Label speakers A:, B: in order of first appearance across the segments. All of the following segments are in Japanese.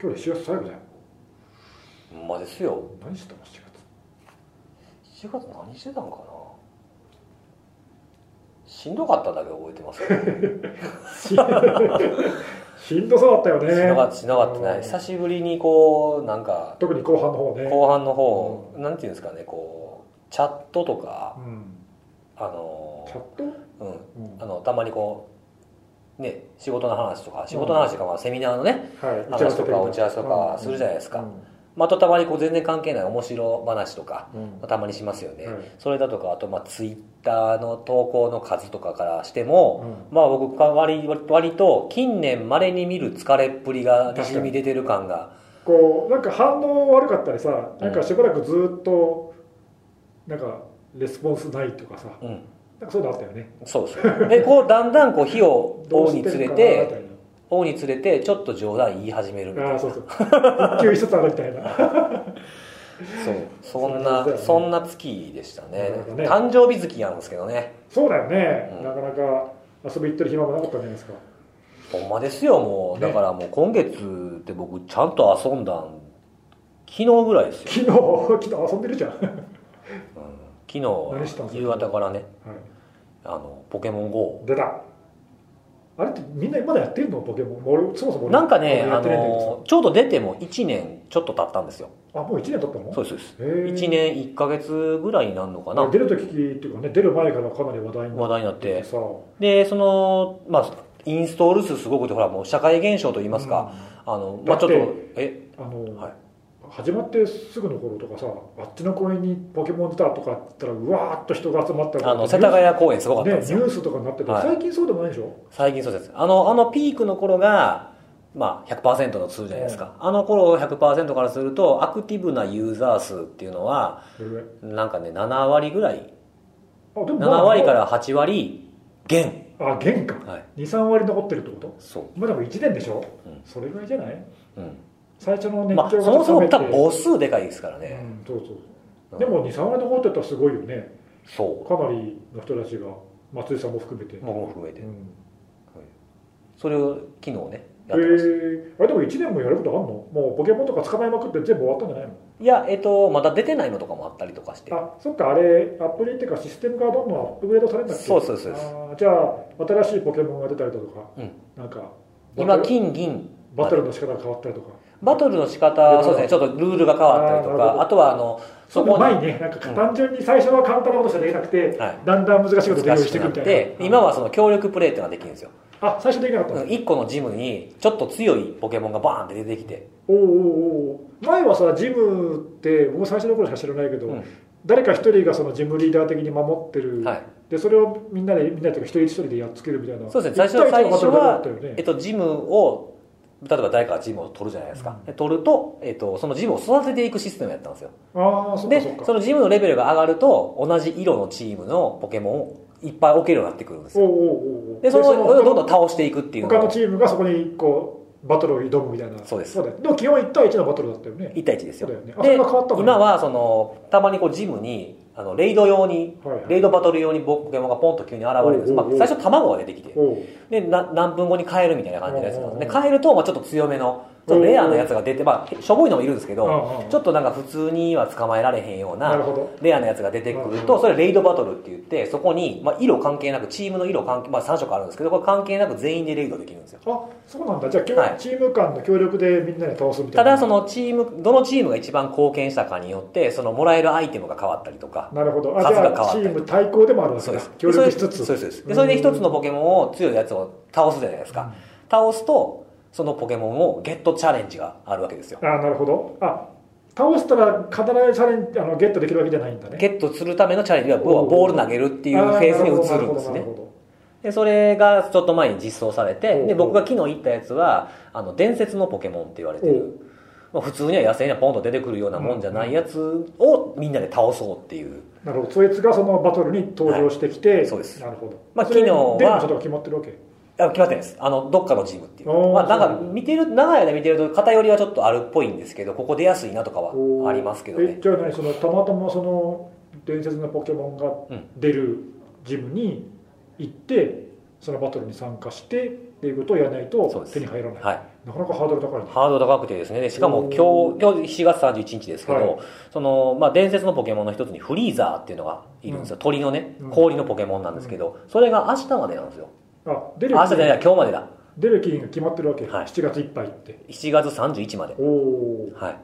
A: 今日で7月最後じゃん
B: ほんまですよ
A: 何してたの7月
B: 7月何してたんかなしんどかっただけ覚えてますけど
A: しんどそうだったよね
B: しなかったしなかったね久しぶりにこうなんか
A: 特に後半の方ね
B: 後半の方、なんていうんですかねこうチャットとか
A: うん、
B: あの
A: チャット、
B: うん
A: うん
B: あのたまにこうね仕事の話とか仕事の話とか、まあ、セミナーのね
A: はい、
B: 話とか打ち合わせとかするじゃないですか、まあ、あとたまにこう全然関係ない面白話とか、
A: うんうん
B: まあたまにしますよね、
A: はい
B: それだとかあとまあツイッターの投稿の数とかからしても、
A: う
B: まあ僕が割割割と近年まれに見る疲れっぷりがにじみ出てる感が
A: こうなんか反応悪かったりさなんかしばらくずっとなんかレスポンスないとかさ
B: うん
A: なんかそういうのあったよね
B: そうそうでこうだんだんこう火を
A: どう
B: 追う
A: し
B: につ
A: て
B: れ
A: るかなみ
B: て
A: たい
B: 追うにつれてちょっと冗談言い始めるみたい
A: なあ
B: な
A: あそうそう復旧しつつあるみたい な
B: そうそん
A: そうだ
B: な
A: よね
B: そんな月でしたね
A: なるほどね
B: 誕生日月なんですけどね
A: そうだよね、
B: うん
A: なかなか遊び行ってる暇もなかったんじゃないですか
B: ほんまですよもう
A: ね
B: だからもう今月って僕ちゃんと遊んだん昨日ぐらいですよ、
A: 昨日昨日 遊んでるじゃん、はい、何したんです
B: うん昨日
A: か
B: 夕方からねあのポケモン GO
A: 出たあれってみんなまだやってんのポケモン俺そもそも俺
B: なんかね
A: 俺
B: あ
A: やってないんだけど
B: のちょうど出ても1年ちょっと経ったんですよ
A: さあもう1年経ったの
B: そうですそうです
A: へえ
B: 1年1ヶ月ぐらいになるのかな
A: 出るときっていうかね出る前からかなり話題にな
B: 話
A: っ
B: 題になってて
A: さ
B: でそのまあインストール数すごくてほらもう社会現象といいますか、あのまあちょっと
A: だっ
B: え
A: あの、
B: はい
A: 始まってすぐの頃とかさあっちの公園にポケモン出たとかって言ったらうわーっと人が集まったり
B: あの世田谷公園すごかったんです
A: ね
B: よ、
A: ニュースとかになってて、
B: はい
A: 最近そうでもないでしょ
B: 最近そうですあのあのピークの頃がまあ100%の数じゃないですか、あの頃100%からするとアクティブなユーザー数っていうのは
A: どれぐらい
B: なんかね7割ぐらい
A: あでも
B: 7割から8割減
A: あ原価
B: はい
A: 23割残ってるってこと
B: そ
A: まあでも1年でしょ、
B: うん、
A: それぐらいじゃないう
B: うん
A: 最初の熱
B: まあ、そ
A: 狂が
B: もそも多
A: 冷
B: 分
A: めて
B: 母数でかいですから
A: う
B: ね、
A: ん、そうそう
B: うん
A: でも23割残ってたらすごいよね
B: そ
A: かなりの人たちが松井さんも含めて、
B: う僕も含めて
A: うん
B: それを昨日ねや
A: え
B: ってました、
A: ー、あれでも1年もやることあんのもうポケモンとか捕まえまくって全部終わったんじゃないの
B: いやえっとまだ出てないのとかもあったりとかして
A: あそっかあれアプリっていうかシステムがどんどんアップグレードされるんだっけ
B: そうそうそうです
A: あーじゃあ新しいポケモンが出たりだとか、
B: うん
A: なんか
B: 今
A: バトル
B: 金銀
A: バトルの仕方が変わったりとか
B: バトルの仕方そうですねちょっとルールが変わった
A: あ
B: りと
A: ーなるほ
B: か
A: ど
B: あとはあの
A: そ
B: そ
A: の
B: こに
A: 前にねなんか単純に最初は簡単なことしかできなくて、
B: はい
A: だんだん難しいことで用
B: 難
A: 意
B: し
A: して
B: く
A: いく
B: なっ
A: みたい
B: て
A: な
B: 今はその協力プレイっていうのができるんですよ
A: あ最初できなかったの、
B: 1個のジムにちょっと強いポケモンがバーンって出てきて
A: おうおうおう前はさジムって僕最初の頃しか知らないけど、
B: うん
A: 誰か一人がそのジムリーダー的に守ってる、
B: はい
A: でそれをみんなでみんなというか一人一人でやっつけるみたいな
B: そうですね最初
A: 一対一のバトル
B: は
A: だったよ
B: えっ
A: ね
B: とジムを例えば誰かがジムを取るじゃないですかで取るとえっとそのジムを育てていくシステムやったんですよ
A: ああそっかそっ
B: で
A: か
B: そのジムのレベルが上がると同じ色のチームのポケモンをいっぱい置けるようになってくるんです
A: おう
B: よ
A: おうおうおう
B: でそれ
A: の
B: をどんどん倒していくっていう
A: 他
B: の
A: の
B: を
A: チームがそこにこうバトルを挑むみたいな
B: そうです
A: だよでも基本1対1のバトルだったよね
B: 1対1ですよ
A: そうだよねあ
B: で
A: それが変わったもんね
B: 今はそのたまにこうジムにあのレイド用に
A: はいはい
B: レイドバトル用にポケモンがポンと急に現れるんです、
A: おうお
B: ま
A: う
B: あ
A: おう、
B: 最初卵が出てきて
A: おう
B: でな何分後に変えるみたいな感じのやつなんです
A: おうおう
B: で変えると、まあ、ちょっと強めのちょっとレアなやつが出て、まあ、しょぼいのもいるんですけ
A: うんうんう
B: ど
A: ん
B: ちょっとなんか普通には捕まえられへんよう
A: なる
B: な
A: ほど
B: レアなやつが出てくる
A: うんうん
B: とそれレイドバトルって言ってそこに、まあ、色関係なくチームの色関係、まあ、3色あるんですけどこれ関係なく全員でレイドできるんですよ
A: あそうなんだじゃあ今日、
B: はい
A: チーム間の協力でみんなで倒すみた
B: た
A: いな
B: だそのチームどのチームが一番貢献したかによってそのもらえるアイテムが変わったりとか
A: なるほどあ
B: 数
A: じ
B: が
A: ゃ
B: 変わった
A: あ
B: り
A: チーム対抗でもあるわけ
B: そう
A: だ
B: です
A: 協力しつつ
B: そうですそうですでそれで一つのポケモンを強いやつを倒すじゃないですか、倒すとそのポケモンをゲットチャレンジがあるわけですよ
A: ああなるほどあ倒したら必ずチャレンジあのゲットできるわけじゃないんだね
B: ゲットするためのチャレンジは要はボール投げるっていうフェーズに移るんです
A: あーな
B: ね
A: ほど
B: でそれがちょっと前に実装され
A: おう
B: て
A: おう
B: で僕が昨日行ったやつはあの伝説のポケモンって言われてるまあ普通には野生にはポンと出てくるようなもんじゃないやつをみんなで倒そうっていう
A: なるほどそいつがそのバトルに登場してきて、
B: いそうです
A: なるほど
B: まあ
A: それ
B: 機能は
A: 出る人とか決まってるわけ
B: あ決まってないですあのどっかのジムっていう
A: おー
B: まあ、なんか見てる長い間見てると偏りはちょっとあるっぽいんですけどここ出やすいなとか
A: おー
B: はありますけどね
A: えじゃあ何そのたまたまその伝説のポケモンが
B: うん
A: 出るジムに行ってそのバトルに参加してっていうことをやらない
B: そう
A: と
B: です
A: 手に入らない、
B: はい
A: なかなかハードル高いね
B: ハードル高くてですね、しかも今日、今日7月31日ですけど、
A: はい
B: その、まあ、伝説のポケモンの一つにフリーザーっていうのがいるんですよ。鳥のね
A: うん、
B: 氷のポケモンなんですけど、それが明日までなんですよ。
A: あ出る
B: 明日じゃないや、今日までだ。
A: 出る期限が決まってるわけ、
B: はい
A: 7月いっぱいって
B: 7月31まで。
A: おお
B: はい。っ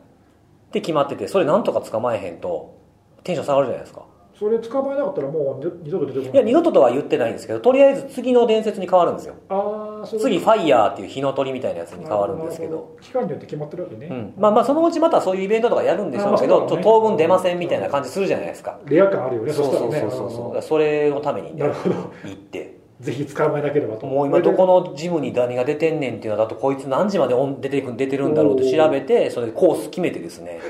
B: て決まってて、それなんとか捕まえへんと、テンション下がるじゃないですか。
A: それ捕まえなかったらもう二度と出てこない
B: いや、二度ととは言ってないんですけど、とりあえず次の伝説に変わるんですよ。
A: ああそう
B: 次、
A: いう
B: フ
A: こ
B: ァイヤーっていう火の鳥みたいなやつ
A: と
B: に変わるんですけど。
A: 期間によって決まってるわけね、
B: うん、まあまあそのうちまたそういうイベントとかやるんでしょうけ
A: あま
B: ど、
A: あそう
B: ちょ
A: だろうね
B: 当分出ませんみたいな感じするじゃないですか。
A: レア感あるよねそ
B: そうそう
A: したらね
B: そうそう
A: あ
B: そうだか
A: の
B: らそれのために
A: なる
B: ね
A: ほど
B: 行って
A: ぜひ捕まえなければと
B: もう今どこのジムに何が出てんねんっていうのはだとこいつ何時までオン出てくん出てるんだろうと調べてそれでコース決めてですね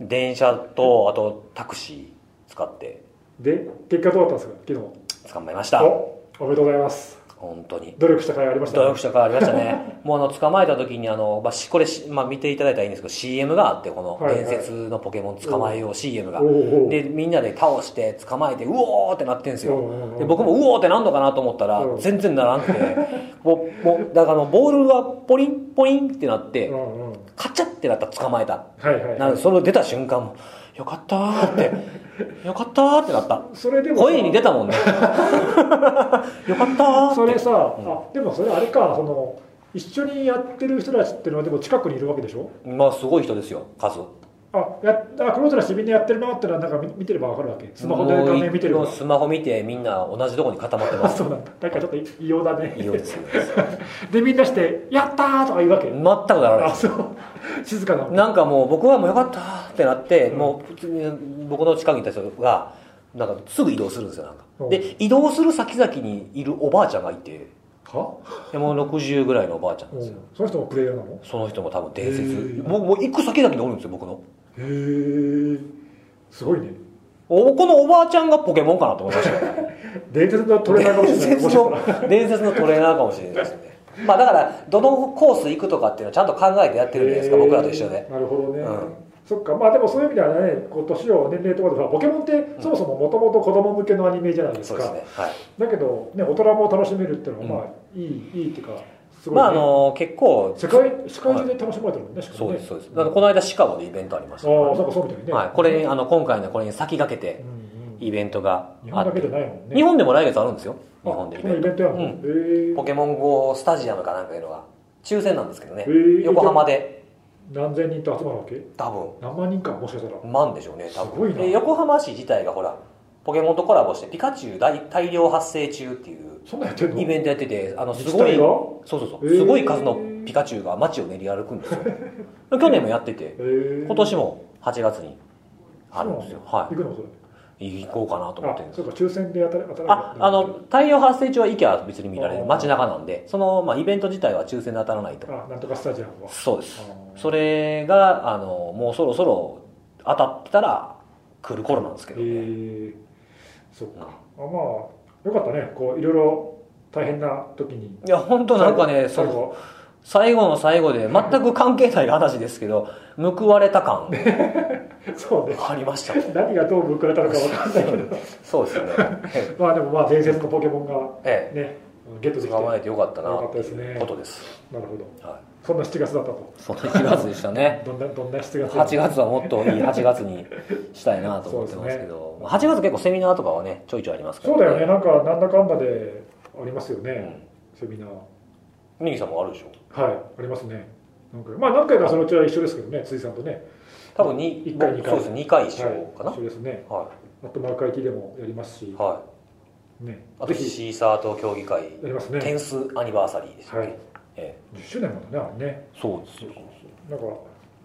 B: 電車とあとタクシー使って
A: で結果どうだったんですか昨
B: 捕まえまし
A: 日
B: た
A: おおめでとうございます
B: 本当に
A: 努力した甲斐ありましたね、
B: 努力したかありまし たねもうあの捕まえた時にあの、まあ、しこれ、しまあ、見ていただいたらいいんですけど CM があってこの
A: はいはい
B: 伝説のポケモン捕まえよう CM が
A: おうおう
B: でみんなで倒して捕まえてうおーってなってんです
A: おうおうお
B: よ
A: う
B: で僕もうおーってなんのかなと思ったら
A: うん
B: 全然ならんくて もうもうだからあのボールがポリンポリンってなって
A: うんうん
B: カチャってなったら捕まえた
A: はいはい
B: なのでそれを出た瞬間もよかったーってよかったーってなった
A: それでも
B: 声に出たも んねよかったーって
A: それさ、あでもそれあれかその一緒にやってる人たちっていうのはでも近くにいるわけでしょ
B: まあすごい人ですよ数
A: あやあこの人たちみんなやってるなってのはなんか見見てればわかるわけスマホで画面見てれ
B: も
A: ば
B: うスマホ見てみんな同じとこに固まってま
A: あ
B: す
A: そうなんだなんかちょっと異様だね
B: 異様ですよ
A: でみんなして「やったー!」とか言うわけ、
B: 全くならない
A: あ
B: です
A: そう静かな
B: なんかもう僕はもうよかったーってなって、
A: うん
B: もう普通に僕の近くにいた人がなんかすぐ移動するんですよなんか
A: うん
B: で移動する先々にいるおばあちゃんがいて
A: は、
B: でもう60ぐらいのおばあちゃんなん
A: う
B: ですよ、
A: ん、その人もプレイヤーなの
B: その人も多分伝
A: へ
B: 説
A: ー
B: もうもう行く先々におるんですよ僕の
A: へえすごいね
B: おこのおばあちゃんがポケモンかなと思いましたよ
A: 伝説のトレーナーかも
B: 伝
A: しれない
B: 説
A: もしかしたら
B: の伝説のトレーナーかもしれないですねまあだからどのコース行くとかっていうのはちゃんと考えてやってるんじゃないですか
A: へー
B: 僕らと一緒で
A: なるほどね、
B: うん
A: そっかまあでもそういう意味ではねこう年を年齢とかでさポケモンってそもそももともと子供向けのアニメじゃないです
B: そう
A: か
B: ですねはい
A: だけどね大人も楽しめるっていうのはまあ、いいいいっていうかすごい、ね
B: まああの結構
A: 世界世界中で楽しまれてるもんね、しか
B: そ
A: も
B: う
A: ね
B: ですそうですだからこの間シカゴでイベントありましたね
A: ああなんかそうみたいね、
B: はい、これにあの今回のこれに先駆けて
A: うんうん
B: イベントが
A: 日
B: あ
A: 本だ
B: っ
A: け
B: て
A: じゃないもんね
B: 日本でも来月あるんですよ日本で
A: あ
B: イ
A: こ
B: ベ
A: のイ
B: ン
A: ベ
B: ト
A: ントやるの、
B: う
A: へ
B: ん
A: え
B: ポケモン GO スタジアムかなんかいうのが抽選なんですけどね
A: へー
B: 横浜で
A: 何千人と集まるわけ
B: 多
A: 何万人かもしかしたら
B: 分万でしょうね
A: す
B: 多
A: ごい
B: 分
A: な
B: で横浜市自体がほらポケモンとコラボしてピカチュウ大大量発生中っていう
A: そんなんやってんの
B: イベントやっててあのす
A: 自治
B: ごい
A: 体が
B: そうそうそう
A: へー
B: すごい数のピカチュウが街を練り歩くんです よ去年もやってて
A: へえ
B: 今年も8月にあるんですよ
A: そう
B: は
A: 行くのそれ
B: い行こうかなと思ってるん
A: あ
B: で
A: そ
B: す
A: うか抽選で当たる当たる
B: ああの太陽発生中は池は別に見られる街中なんでその、まあ、イベント自体は抽選で当たらないと
A: あなんとかスタジアムは
B: そうです
A: あー
B: それがあのもうそろそろ当たってたら来る頃なんですけど
A: へ
B: ね、
A: えそっかあまあよかったねこういろいろ大変な時に
B: いや本当なんかねそ
A: 最後
B: の最後の最後で全く関係ない話ですけど報われた感
A: そうね
B: ありました
A: 何がどう報われたのか分かんないけど
B: そうですよねえ
A: まあでもまあ伝説のポケモンが
B: え
A: ねゲットできて
B: 捕まえてよかったな
A: よかっ
B: っ
A: てたですね
B: いうことです
A: なるほど
B: は
A: そんな7月だったと
B: い、そんな7月でしたね
A: どんなどんな7月
B: 8月はもっといい8月にしたいなと思ってますけどまあ8月結構セミナーとかはねちょいちょいありますから
A: そうだよねなんかなんだかんだでありますよね、セミナー
B: ネギさんもあるでしょ
A: はいありますねなんかまあ何回かそのうちは一緒ですけどね辻さんとね
B: 多分に
A: 一回二回
B: そうです2回一緒かな
A: はい、一緒ですね
B: は
A: あとマーカイティでもやります
B: い、
A: し、
B: はい、
A: ね
B: あと
A: ぜひ
B: シーサーと競技会
A: やります
B: テ
A: ね
B: ンスアニバーサリーですよね、
A: はい
B: え
A: 10周年までねあれね
B: えそうですよ、
A: なんか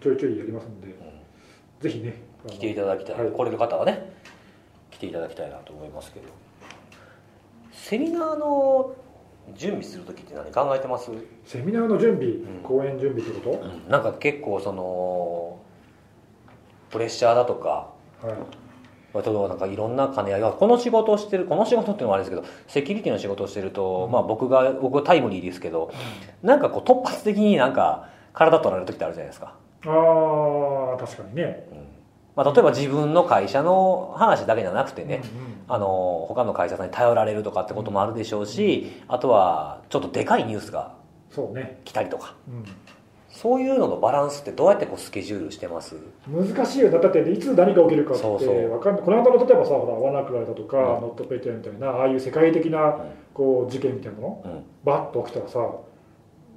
A: ちょいちょいやりますんで
B: うん
A: ぜひねあの
B: 来ていただきたい、
A: はい
B: 来れる方はね来ていただきたいなと思いますけどセミナーの準備する時って何考えてます、
A: セミナーの準備、
B: ん
A: 講演準備ってこ
B: なんか結構そのプレッシャーだとか
A: と、はい、
B: まあ、例えばなんかいろんな兼ね合いがこの仕事をしてるこの仕事っていうのもあれですけどセキュリティの仕事をしてると、まあ、僕が僕はタイムリーですけどなんかこう突発的になんか体取られる時ってあるじゃないですか、
A: ああ確かにね
B: うんまあ、例えば自分の会社の話だけじゃなくてね、
A: うんうん
B: あの他の会社さんに頼られるとかってこともあるでしょうし、あとはちょっとでかいニュースが
A: そうね、
B: 来たりとか
A: うん
B: そういうののバランスってどうやってこうスケジュールしてます
A: 難しいよなだっていつ何が起きるかって
B: そうそう
A: わかんないこの間の例えばさほらワナクライだとか、
B: うん
A: ノットペティアみたいなああいう世界的なこう事件みたいなの
B: うん、
A: バッと起きたらさ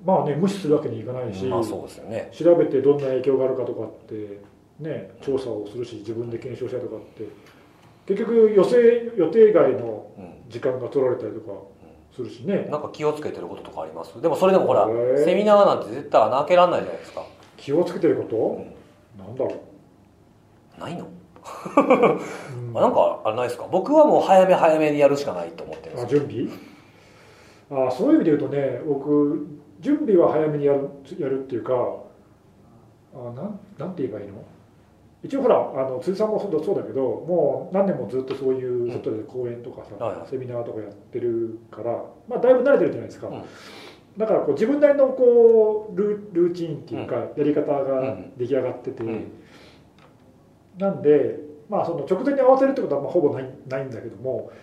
A: まあね無視するわけにいかないし、
B: まあそうですよね
A: 調べてどんな影響があるかとかってね調査をするし自分で検証したりとかって結局予定予定外の
B: うん
A: 時間が取られたりとかするしね
B: なんか気をつけてることとかありますでもそれでもほら
A: へー
B: セミナーなんて絶対穴開けられないじゃないですか、
A: 気をつけてるこ
B: う
A: となんだろ
B: ん、ないの
A: う、うん
B: あなんかあれないですか僕はもう早め早めにやるしかないと思ってるんです
A: あ
B: よ
A: 準備あそういう意味で言うとね僕準備は早めにやるやるっていうかあなんなんて言えばいいの一応ほらあの辻さんもそうそうだけどもう何年もずっとそういう外で講演とかさ、
B: はいはい
A: セミナーとかやってるから、まあ、だいぶ慣れてるじゃないですか、
B: うん
A: だからこう自分なりのこうルルーチンっていうか、やり方
B: う
A: が
B: ん
A: 出来上がってて、
B: うん
A: なんで、まあ、その直前に合わせるってことはまあほぼないないんだけども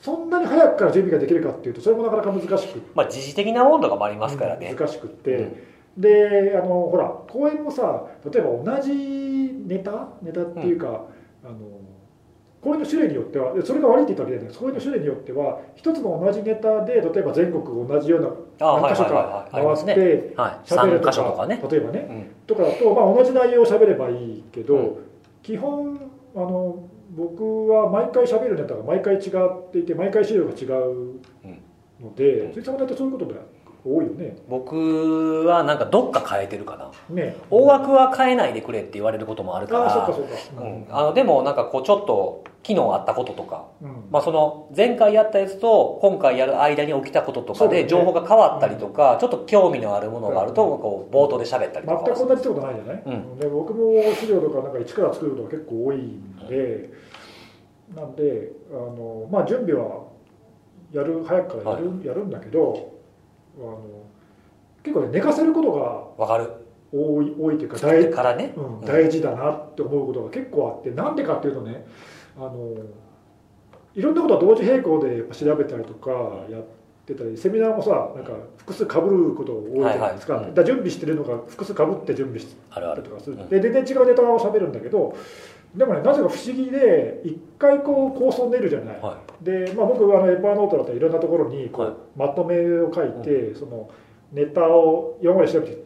A: そんなに早くから準備ができるかっていうとそれもなかなか難しく
B: まあ時事的な温度がもありますからね、
A: 難しくっ
B: う
A: て、
B: ん
A: であのほら公演もさ例えば同じネタネタっていうか、あの公演の種類によってはでそれが悪いって言ったわけじゃない公演の種類によっては一つの同じネタで例えば全国同じような
B: ああはい
A: 何
B: はい
A: 箇所か
B: はいはいあり
A: 回
B: ます
A: っ
B: ね、
A: て
B: はい、
A: 喋る
B: 3
A: とか
B: 箇所とかね、
A: 例えばね
B: うん
A: とかだと、まあ、同じ内容を喋ればいいけど、
B: うん
A: 基本あの僕は毎回喋るネタが毎回違っていて毎回資料が違うので、
B: うん
A: 辻さんも大体そういうことが多いよね。
B: 僕はなんかどっか変えてるかな
A: ね
B: 大枠は変えないでくれって言われることもあるから
A: ああそっかそっか。
B: うんあのでもなんかこうちょっと昨日あったこととか、
A: うん
B: まあ、その前回やったやつと今回やる間に起きたこととか
A: そうだ
B: で
A: ね
B: 情報が変わったりとか、ちょっと興味のあるものがあるとこう冒頭で喋ったりとか
A: 全く同じってことないじゃない、
B: うん
A: で僕も資料とかなんか一から作ることが結構多いんで、なんであの、まあ、準備はやる早くからやる,、やるんだけどあの結構ね寝かせることが
B: わかる
A: 多い多いというか
B: 作っ
A: 大
B: てからね、
A: うん、大事だなって思うことが結構あってなんでかっていうとねあのいろんなことは同時並行でやっぱ調べたりとかやってたりセミナーもさなんか複数かぶること多いじゃないですか,、
B: はいはいうん
A: だから準備してるのが複数かぶって準備して
B: ある
A: あ
B: あ
A: る
B: る
A: とかする、
B: うん
A: で全然違うネタを喋るんだけどでもねなぜか不思議で一回こう構想練るじゃない。
B: は
A: で、まあ、僕あのエパーノートだったらいろんなところにこう、
B: はい
A: まとめを書いて、そのネタを今まで調べて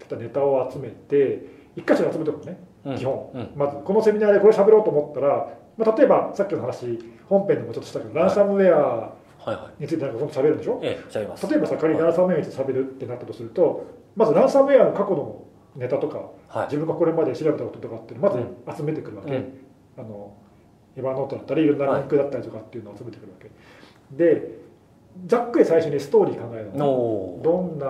A: きたネタを集めて一箇所に集めてもね
B: い、うん
A: 基本
B: うん
A: まずこのセミナーでこれ喋ろうと思ったら、まあ、例えばさっきの話本編でもちょっとしたけど、
B: い
A: ランサムウェア
B: はいはい
A: についてなんかその喋るでしょ
B: ええちゃいます
A: 例えばさ仮にランサムウェアについて喋るってなったとするとまずランサムウェアの過去のネタとか
B: はい
A: 自分がこれまで調べたこととかっていうのをま
B: うん
A: ず集めてくるわけ、
B: うん
A: あのエヴァノートだったりいろんなランクだったりとかっていうのを集めてくるわけ、でざっくり最初にストーリー考えるの
B: おー
A: どんな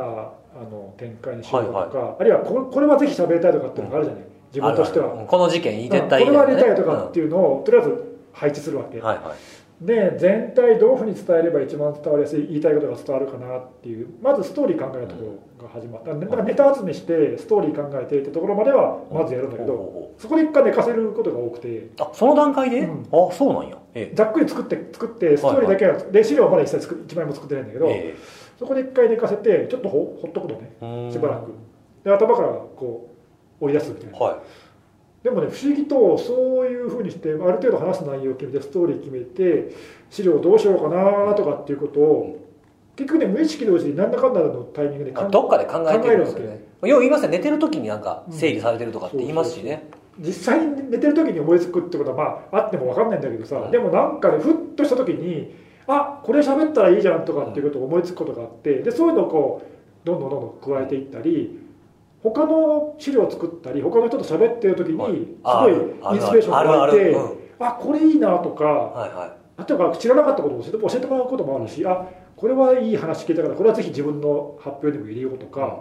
A: あの展開にしようかとか、あるいはここれはぜひ喋りたいとかっていうのがあるじゃない、自分としては
B: あるあるうんこの事件言い絶対
A: うんこれはやりたいと
B: う
A: か
B: ん
A: っていうのを、とりあえず配置するわけ、
B: はいはい
A: で全体どういうふうに伝えれば一番伝わりやすい言いたいことが伝わるかなっていうまずストーリー考えるところが始まった、だからネタ集めしてストーリー考えてってところまではまずやるんだけど、
B: ほうほうほ
A: そこで一回寝かせることが多くて
B: うあその段階で、
A: うん
B: あそうなんやえ
A: ざっくり作って作ってストーリーだけは、で資料はまだ一切作一枚も作ってないんだけ
B: え
A: ど、
B: え
A: そこで一回寝かせてちょっとほほっとくのね
B: えうん
A: しばらくで頭からこう追い出すみたいな
B: はい
A: でもね不思議とそういうふうにしてある程度話す内容を決めてストーリー決めて資料どうしようかなとかっていうことを結局ね無意識のうちに何らかんだのタイミングで考
B: あ
A: え
B: どっかで考えてるんです
A: 考え
B: よ
A: るわ
B: ねよう言いますね寝てる時になんか整理されてるとかって言いますしね、
A: 実際に寝てる時に思いつくってことはまああっても分かんないんだけどさ、でもなんかねふっとした時にあこれ喋ったらいいじゃんとかっていうことを思いつくことがあってでそういうのをこうどんどんどんどん加えていったり他の資料を作ったり他の人と喋ってる時
B: はい
A: にす
B: あ
A: ごい
B: あ
A: イン
B: る
A: ス
B: あ
A: ピレーショ
B: る
A: ン
B: ある
A: が
B: あ
A: 湧いて
B: る、うん
A: あこれいいなとか
B: はいは
A: 例えば知らなかったことを教えて教えてもらうこともあるし、あこれはいい話聞いたからこれはぜひ自分の発表にも入れようとか、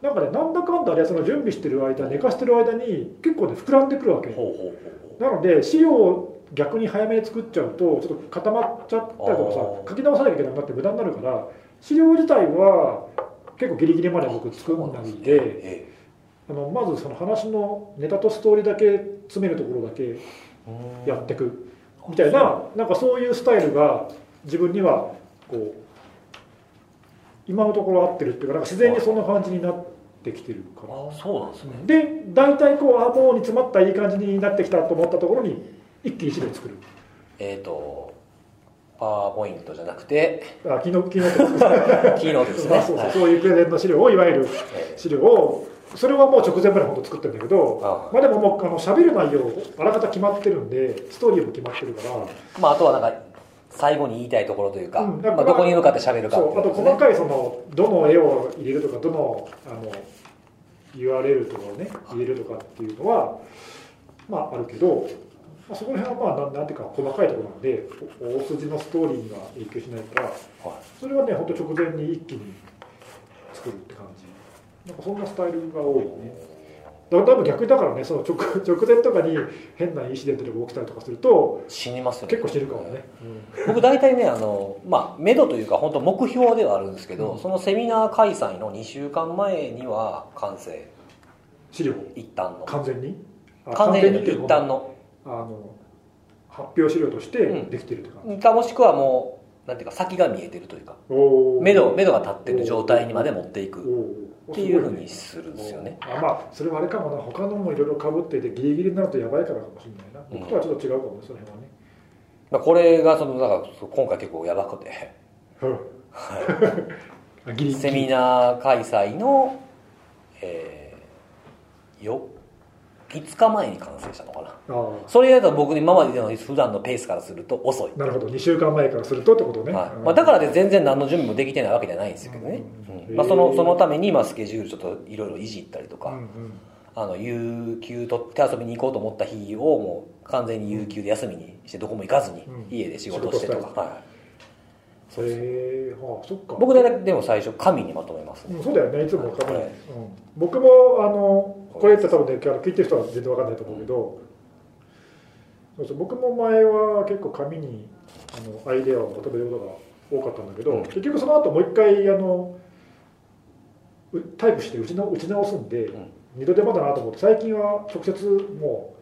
A: なんかねなんだかんだねその準備してる間寝かしてる間に結構ね膨らんでくるわけ
B: いほうほうほうほう
A: なので資料を逆に早めに作っちゃうとちょっと固まっちゃったりとか
B: あー
A: さ書き直さなきゃいけなくなって無駄になるから資料自体は結構ギリギリまで僕作んない
B: え
A: で
B: え
A: あのまずその話のネタとストーリーだけ詰めるところだけやってくみたいななんかそういうスタイルが自分にはこう今のところ合ってるっていうかなんか自然にそんな感じになってきてるかな
B: あそうなんですね
A: で大体こうあもう煮詰まったいい感じになってきたと思ったところに一気に資料作る
B: えっ、とパワーポイントじゃなくて
A: あ昨日昨日とか
B: キーノートですね
A: あ そう
B: は
A: そう
B: い
A: そういうプレゼンの資料をいわゆる
B: え
A: 資料をそれはもう直前まで本当作ってるんだけど
B: あ
A: まあでももうあの喋る内容あらかた決まってるんでストーリーも決まってるから
B: ーまああとはなんか最後に言いたいところというか,、
A: うんだから
B: まあ、どこに向かって喋るか
A: そうあと細
B: い
A: かいそのどの絵を入れるとかどのあの URL とかをね入れるとかっていうのはまああるけど、まあ、そこら辺はまあなんなんていうか細かいところなんでお大筋のストーリーには影響しないからそれはねほんと直前に一気に作るって感じなんかそんなスタイルが多いねだから多分逆だからねその直 直前とかに変なインシデントが起きたりとかすると
B: 死にますよね
A: 結構してるかもね、
B: 僕大体ねあのまあ目処というか本当目標ではあるんですけど、
A: うん
B: そのセミナー開催の2週間前には完成
A: 資料
B: 一旦の
A: 完全にあ
B: 完全に
A: っていう
B: 一
A: のは
B: 旦の
A: あの発表資料として
B: うん
A: できてるとか、
B: かもしくはもうなんていうか先が見えてるというか
A: おー
B: 目処目処が立ってる状態にまで持ってい
A: お
B: く
A: ー
B: ってい
A: す
B: うふ
A: ご
B: う
A: ね
B: にするんですよね
A: あまあそれはあれかもな他のもいろいろかぶっていてギリギリになるとやばいからかもしれないな
B: うん
A: 僕とはちょっと違うかもねその辺はね、
B: まあこれがそのだから今回結構やばくて
A: あギリギ
B: セ
A: リ
B: ミナー開催のえーよ5日前に完成したのかな
A: ああ
B: それだと僕今までの普段のペースからすると遅い
A: なるほど2週間前からするとってことね、
B: は
A: う
B: い
A: ん
B: まあ、だからで全然何の準備もできてないわけじゃないんですけどね、
A: うん
B: うんまあ、その
A: へー
B: そのために今スケジュールちょっといろいろいじったりとか、
A: うんうん
B: あの有給取って遊びに行こうと思った日をもう完全に有給で休みにしてどこも行かずに
A: うん
B: 家で仕事をしてと
A: 仕事
B: か、はい、
A: へえああそっか
B: 僕大体でも最初紙にまとめますね
A: うん、そうだよねいつもわかんない、
B: はい
A: うん、僕もあのこれって多分ねあの聞いてる人は全然わかんないと思うけど、そうそう僕も前は結構紙にあのアイデアをまとめることが多かったんだけど、
B: うん
A: 結局その後もう一回あのうタイプして打ちな打ち直すんで、
B: うん
A: 二度手間だなと思って最近は直接も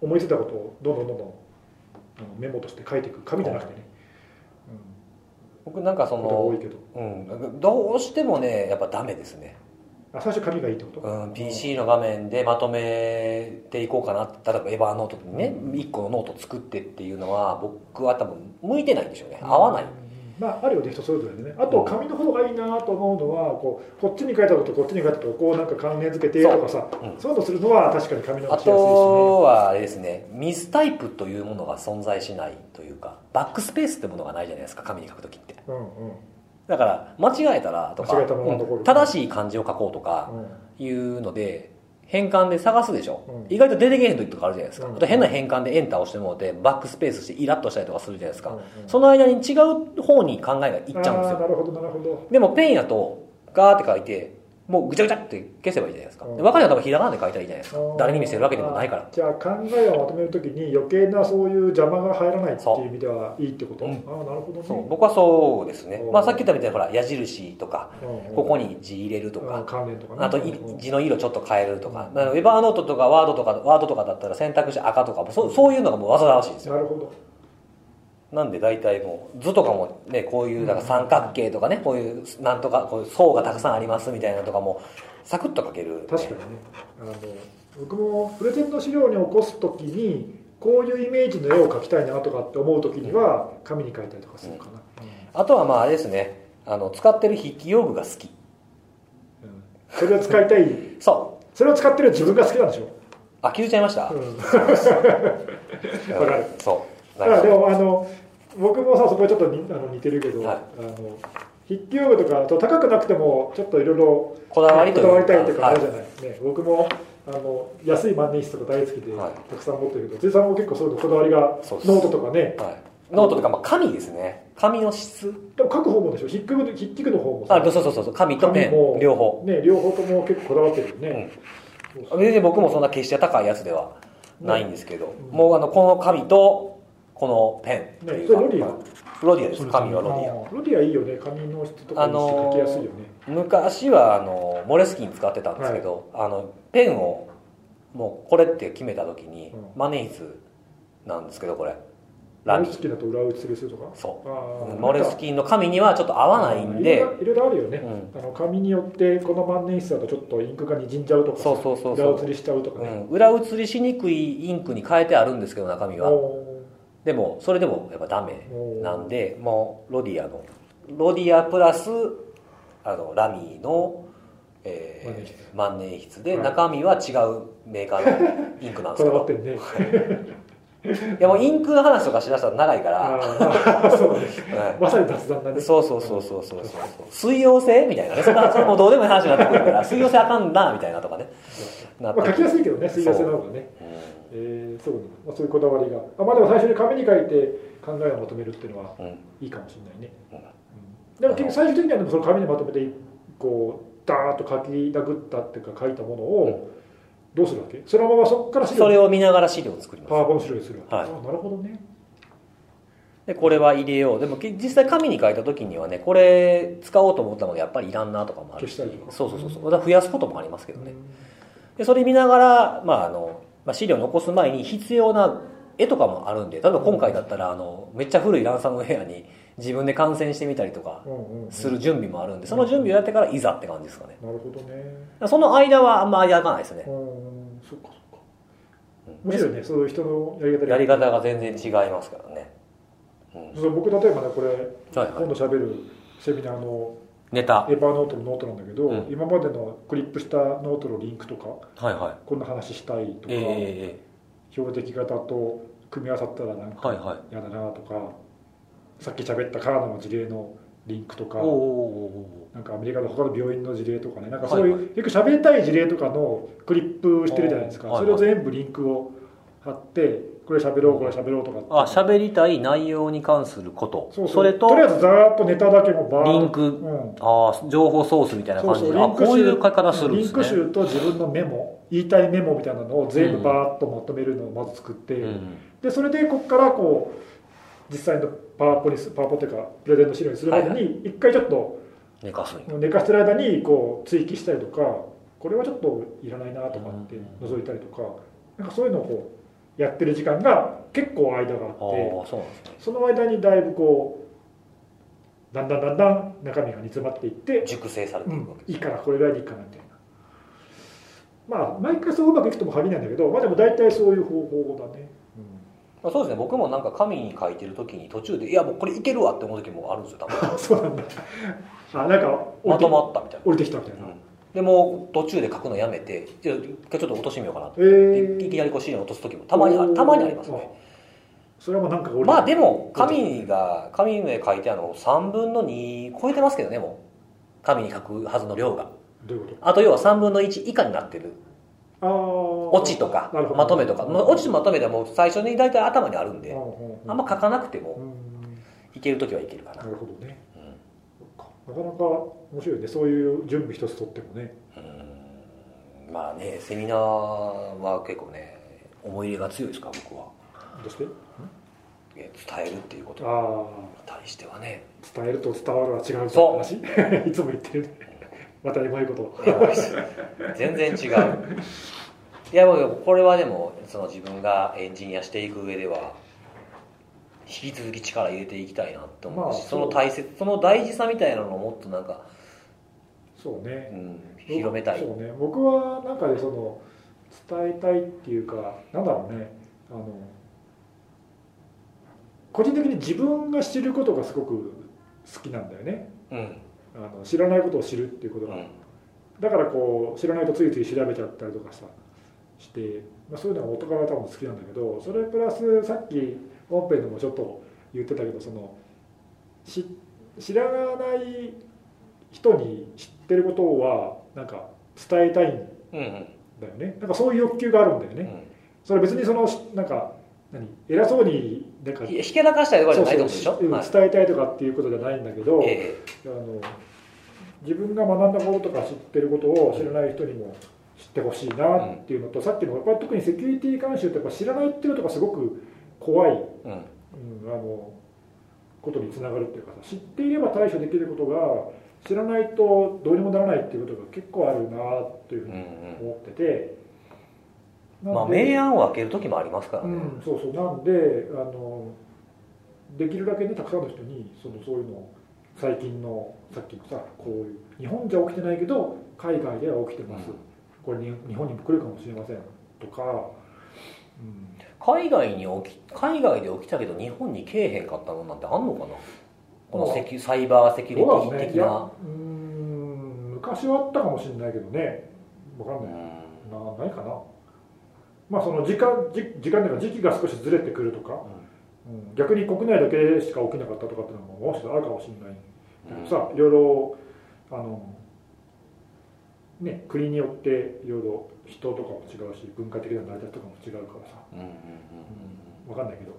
A: う思いついたことをどんどんどんどんあのメモとして書いていく紙じゃなくてね、
B: 僕なんかそ
A: うん、ことが多い
B: の、
A: けど
B: うん、どうしてもねやっぱダメですね、
A: あ最初紙がいいってこと
B: うん、PC の画面でまとめていこうかなって例えばエヴァーノートにね
A: うん
B: 1個のノート作ってっていうのは僕は多分向いてないんでしょうね合わない
A: まあ、あるよね人それぞれでねあと紙の方がいいなと思うのはこうこっちに書いたことこっちに書いたことこうなんか関連付けてとかさ
B: そううん
A: そういうのするのは確かに紙の方
B: あ
A: がしやすいし
B: とはあれですねミスタイプというものが存在しないというかバックスペースってものがないじゃないですか紙に書く時って
A: ねうんうん
B: だから間違えたらとか
A: 間違えたまま残る
B: うん正しい漢字を書こうとか
A: うん
B: いうので変換で探すでしょ、
A: うん
B: 意外と出てけへん時とかあるじゃないですか、
A: うん
B: あと変な変換でエンター押してもうてバックスペースしてイラッとしたりとかするじゃないですか、
A: うんうん
B: その間に違う方に考えがいっちゃうんです
A: あーな
B: よ
A: るほどなるほど
B: でもペンやとガーって書いてもうぐちゃぐちゃって消せばいいじゃないですか、
A: うん
B: で分かるのは多分ひらがなで書いたらいいじゃないですか
A: あー
B: 誰に見せるわけでもないから
A: じゃあ考えをまとめるときに余計なそういう邪魔が入らないっていう意味ではいいってこと、
B: そう
A: ああなるほどね
B: そう僕はそうですね
A: うん、
B: まあ、さっき言ったみたいにほら矢印とか
A: うんうん
B: ここに字入れると
A: うん
B: か
A: 関連とかね
B: あとい
A: うん
B: 字の色ちょっと変えるとか
A: う
B: ウ
A: ん
B: ェバーノートとかワードとかワードとかだったら選択肢赤とかもそうそういうのがもう煩わしいんですよ
A: なるほど
B: なんで大体もう図とかもねこういうなんか三角形とかねこういうなんとかこういう層がたくさんありますみたいなのとかもサクッと書ける
A: 確かにねあの僕もプレゼンの資料に起こすときにこういうイメージの絵を描きたいなとかって思うときには紙に描いたりとかするかな、
B: あとはまああれですねあの使ってる筆記用具が好き
A: うんそれを使いたい
B: そう
A: それを使ってる自分が好きなんでしょ、
B: あ気づいちゃいました、
A: うん
B: うん
A: わかる
B: そう
A: だ からでもあの僕もさそこちょっとにあの似てるけど、
B: はい
A: あの筆記用具とかあと高くなくてもちょっといろいろ
B: こだわりというか
A: こたいというかあ
B: はい
A: るじゃない、ね、僕もあの安い万年筆とか大好きで、
B: はい
A: たくさん持ってるけど辻さんも結構そういうのこだわりがノ
B: そうです
A: ートとかね
B: はい、ノートとか、まあ、紙ですね紙の質
A: でも書く方もでしょ筆記具筆記具の方もさ
B: あそうそうそうそう紙とペ
A: 紙も
B: ン両方
A: ね両方とも結構こだわってるよね、
B: 全然僕もそんな決して高いやつではないんですけど、
A: うん
B: もうあのこの紙とこのペンとい
A: ね
B: う
A: そ
B: か
A: れロディア
B: ロディアです
C: そうですね
B: 紙はロディア
A: あーロディアいいよね紙の質とかにして書きやすいよね、
B: 昔はあのモレスキン使ってたんですけど、あのペンをもうこれって決めた時に、
A: うん
B: マネイズなんですけどこれ
A: モ
B: ラ
A: レ
B: ミ
A: スキーだと裏打ちする人とか
B: そ
A: あ
B: う
A: ー
B: モレスキンの紙にはちょっと合わないんで
A: あ、ーいろいろいろいろあるよね、
B: うん
A: あの紙によってこの万年筆だとちょっとインクがにじんじゃうとかさ
B: そうそうそう
A: 裏
B: そ
A: 写りしちゃうとか
B: う、う
A: ね、
B: ん、裏写りしにくいインクに変えてあるんですけど中身は
A: お
B: でもそれでもやっぱダメ
A: ーおー
B: なんでもうロディアのロディアプラスあのラミーの、えー、万年筆で
A: はい
B: 中身は違うメーカー のインクなんで
A: こだ
B: すけ
A: わ
B: ど
A: って んね
B: いやもうインクの話とかしだしたら長いから、
A: ああそうだね
B: う
A: まさに雑談だ
B: ん
A: ね
B: そうそうそうそうそうそう水溶性みたいなね そんなそれもうどうでもいい話になってくるから水溶性あかんなみたいなとかねなって
A: まあ、
B: く
A: 書き
B: る
A: やすいけどね水合せの方がね
B: う
A: えーそうね、まあ、そういうこだわりがあまあでも最初に紙に書いて考えをまとめるっていうのは
B: んうん
A: いいかもしれないね、
B: うん
A: うんでも結局最終的にはでもその紙にまとめてこうダーッと書き殴ったっていうか書いたものをどうするわけそのままそこから資料
B: それを見ながら資料を作ります
A: パワーポン資料にするわけ、
B: はい
A: あなるほどね
B: でこれは入れようでもき実際紙に書いた時にはねこれ使おうと思ったのがやっぱりいらんなとかもあるし
A: 消したりとか
B: そうそうそうそうまた増やすこともありますけどねでそれ見ながら、まああのまあ、資料残す前に必要な絵とかもあるんで例えば今回だったらあのめっちゃ古いランサムウェアに自分で感染してみたりとか
A: うんうんうん
B: する準備もあるんでその準備をやってからいざって感じですかね
A: なるほどね
B: その間はあんまやらないですね
A: うんそっかそっか
B: うん
A: むしろねそういう人のやり方
B: やり方が全然違いますからね、うん
A: そう僕例えばねこれ
B: はいは
A: 今
B: い
A: 度しゃべるセミナーの
B: ネタは
A: ペーパーノートのノートなんだけど、
B: うん
A: 今までのクリップしたノートのリンクとか
B: いは
A: こんな話したいと
B: い
A: か、
B: えええ
A: 標的型と組み合わさったらなん
B: え
A: か
B: はいはい
A: 嫌だなとか、さっき喋ったカナダの事例のリンクとか
B: おうおうおうおう
A: なんかアメリカの他の病院の事例とかねなんか
B: はい
A: そう
B: はい
A: いう、よく喋りたい事例とかのクリップしてるじゃないですか、
B: おーはい
A: それを全部リンクを貼ってこれ喋ろうこれ喋ろうとかって
B: あ喋りたい内容に関すること
A: そうそう
B: れ
A: とりあえ
B: と
A: ずざーっとネタだけもバーッと
B: リンク
A: うん
B: あー情報ソースみたいな
A: そう
B: 感
A: そ
B: じ
A: う
B: で
A: リ
B: あ
A: ンク集
B: こういう書き方するんです
A: リンク
B: ね
A: 集と自分のメモ言いたいメモみたいなのを全部バーッとまとめるのをまず作って、
B: うん
A: でそれでここからこう実際のパワーポにすパワーポっていうかプレゼンの資料にするまで
B: はい
A: に一回ちょっと
B: 寝かすんや
A: 寝かしてる間にこう追記したりとかこれはちょっといらないなとかって
B: うん
A: 覗いたりとかなんかそういうのをこうやってる時間が結構間があっ
B: ああ
A: て
B: そうなんですね
A: その間にだいぶこうだんだんだんだん中身が煮詰まっていって
B: 熟成されて
A: う
B: い
A: ん
B: くわけ、
A: いいからこれぐらいでいいかなみたいなまあ毎回そううまくいくとも限らないんだけどまあでも大体そういう方法だね、
B: まあ、そうですね僕もなんか紙に書いてる時に途中でいやもうこれいけるわって思う時もあるんですよ 多分
A: あそうなんだあなんか
B: ま
A: 降りて
B: とまったみたい
A: 降りてきたみたい
B: な、
A: な、
B: うん、でもう途中で書くのやめていや一回ちょっと落としてみようかなと、
A: え
B: で
A: ー
B: いきなりこう資料落とす時もたまにあたまにありますね
A: あそれはもうなんかが降りて
B: まあでも紙が紙で書いてあるの3分の2超えてますけどねもう紙に書くはずの量が
A: どういうこ
B: あと要は3分の1以下になってる
A: とああ
B: 落ちとかまとめとかまあ落ちとまとめでもう最初に大体頭にあるんであんま書かなくても
A: うん
B: いける時はいけるかな
A: なるほどね
B: うん
A: そっかなかなか面白いねそういう準備一つとってもね
B: うんまあねセミナーは結構ね思い入れが強いですから僕は
A: どうして
B: え伝えるっていうことに
A: ああ
B: 対してはね
A: 伝えると伝わるは違うみたい
B: そう
A: な話いつも言ってるねまたうまいこと
B: いやもう全然違ういやもうこれはでもその自分がエンジニアしていく上では引き続き力入れていきたいなと思う
A: ま
B: し、
A: あ
B: その大切その大事さみたいなのをもっとなんか、
A: そうね
B: うん、広めたい
A: そうね僕はなんかでその伝えたいっていうかなんだろうねあの個人的に自分が知ることがすごく好きなんだよね
B: うん
A: あの知らないことを知るっていうこと
B: う
A: が、
B: ん
A: だからこう知らないとついつい調べちゃったりとかさして、まあ、そういうのは元から多分好きなんだけどそれプラスさっき本編でもちょっと言ってたけどそのし知らない人に知ってることはなんか伝えたいん
B: うん
A: だよねなんかそういう欲求があるんだよ
B: うんう
A: ね、
B: ん
A: それ別にそのしなんか何偉そうになんか
B: ひひけらかしたいとかじ
A: そ
B: ゃ
A: う
B: ないってことでし
A: そ
B: ょ
A: ううん
B: はい
A: 伝えたいとかっていうことじゃないんだけど、
B: え
A: あの自分が学んだこととか知ってることを知らない人にも知ってほしいなっていうのと、さっきのやっぱり特にセキュリティ監修ってやっぱ知らないっていうことがすごく怖い
B: えうん
A: うん、あのことにつながるっていうかさ知っていれば対処できることが知らないとどうにもならないっていうことが結構あるなというふ
B: う
A: うん
B: う
A: に
B: ん
A: 思ってて、
B: まあ
A: なんで
B: 明暗を開ける時もありますから
A: う
B: ね、
A: ん、そうそうなんであのできるだけねたくさんの人にそのそういうのを最近のさっきのさこういう日本じゃ起きてないけど海外では起きてます、
B: うん
A: これに日本にも来るかもしれませんとか、うん、
B: 海外に起き海外で起きたけど日本に来えへんかったのなんてあんのかなこのセキュサイバーセキュリテ
A: そう
B: ィ
A: ね
B: 的
A: いや
B: な、
A: うーん昔はあったかもしれないけどねわかんないなないかなまあその時間じ時間というか時期が少しずれてくるとか、うん逆に国内だけしか起きなかったとかっていうのももしかしたらあるかもしれない
B: うんうん
A: さあいろいろあのね国によっていろいろ人とかも違うし文化的な成り立ちとかも違うからさ
B: うんうんうん
A: 分かんないけど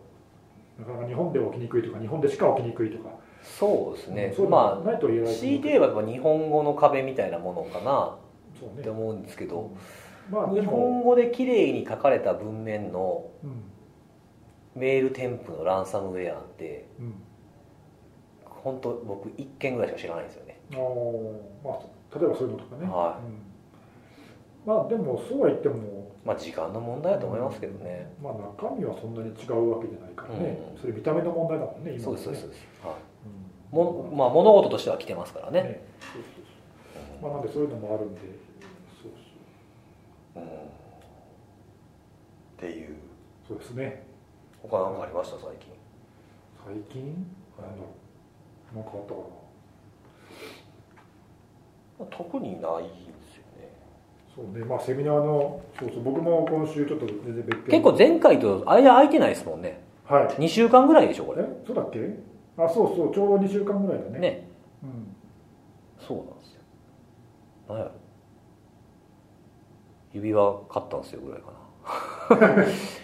A: なかなか日本で起きにくいとか日本でしか起きにくいとか、
B: そうですね、
A: そういうの
B: ま
A: ないと言え
B: あ
A: ないと思う
B: C ではやっぱ日本語の壁みたいなものかな
A: そう
B: っ
A: ね
B: て思うんですけど
A: まあで
B: 日
A: も、
B: 本語で綺麗に書かれた文面の
A: うん
B: メール添付のランサムウェアって
A: うん、
B: 本当僕1件ぐらいしか知らないんですよね
A: あーまあ例えばそういうのとかね、
B: は
A: うん、まあでもそうは言っても
B: まあ時間の問題だと思いますけどね、
A: まあ中身はそんなに違うわけじゃないからね、
B: うん
A: それ見た目の問題だもんね今
B: そう
A: の
B: ですそうです
A: ね
B: そうです、は
A: う
B: い
A: ん
B: もまあ、物事としては来てますからね
A: ねそうそうそうまあなんでそういうのもあるんでそう
B: うん、っていう
A: そうそうですね
B: 他何かありました最近
A: 最近なんだろうなんかあったかな
B: まあ特にないんですよね
A: そうねまあセミナーのそうそう僕も今週ちょっと全然別件
B: 結構前回と間空いてないですもんね
A: はい
B: 2週間ぐらいでしょこれ
A: えそうだっけあそうそうちょうど2週間ぐらいだね
B: ね
A: うん
B: そうなんですよ何やろ指輪買ったんですよぐらいかな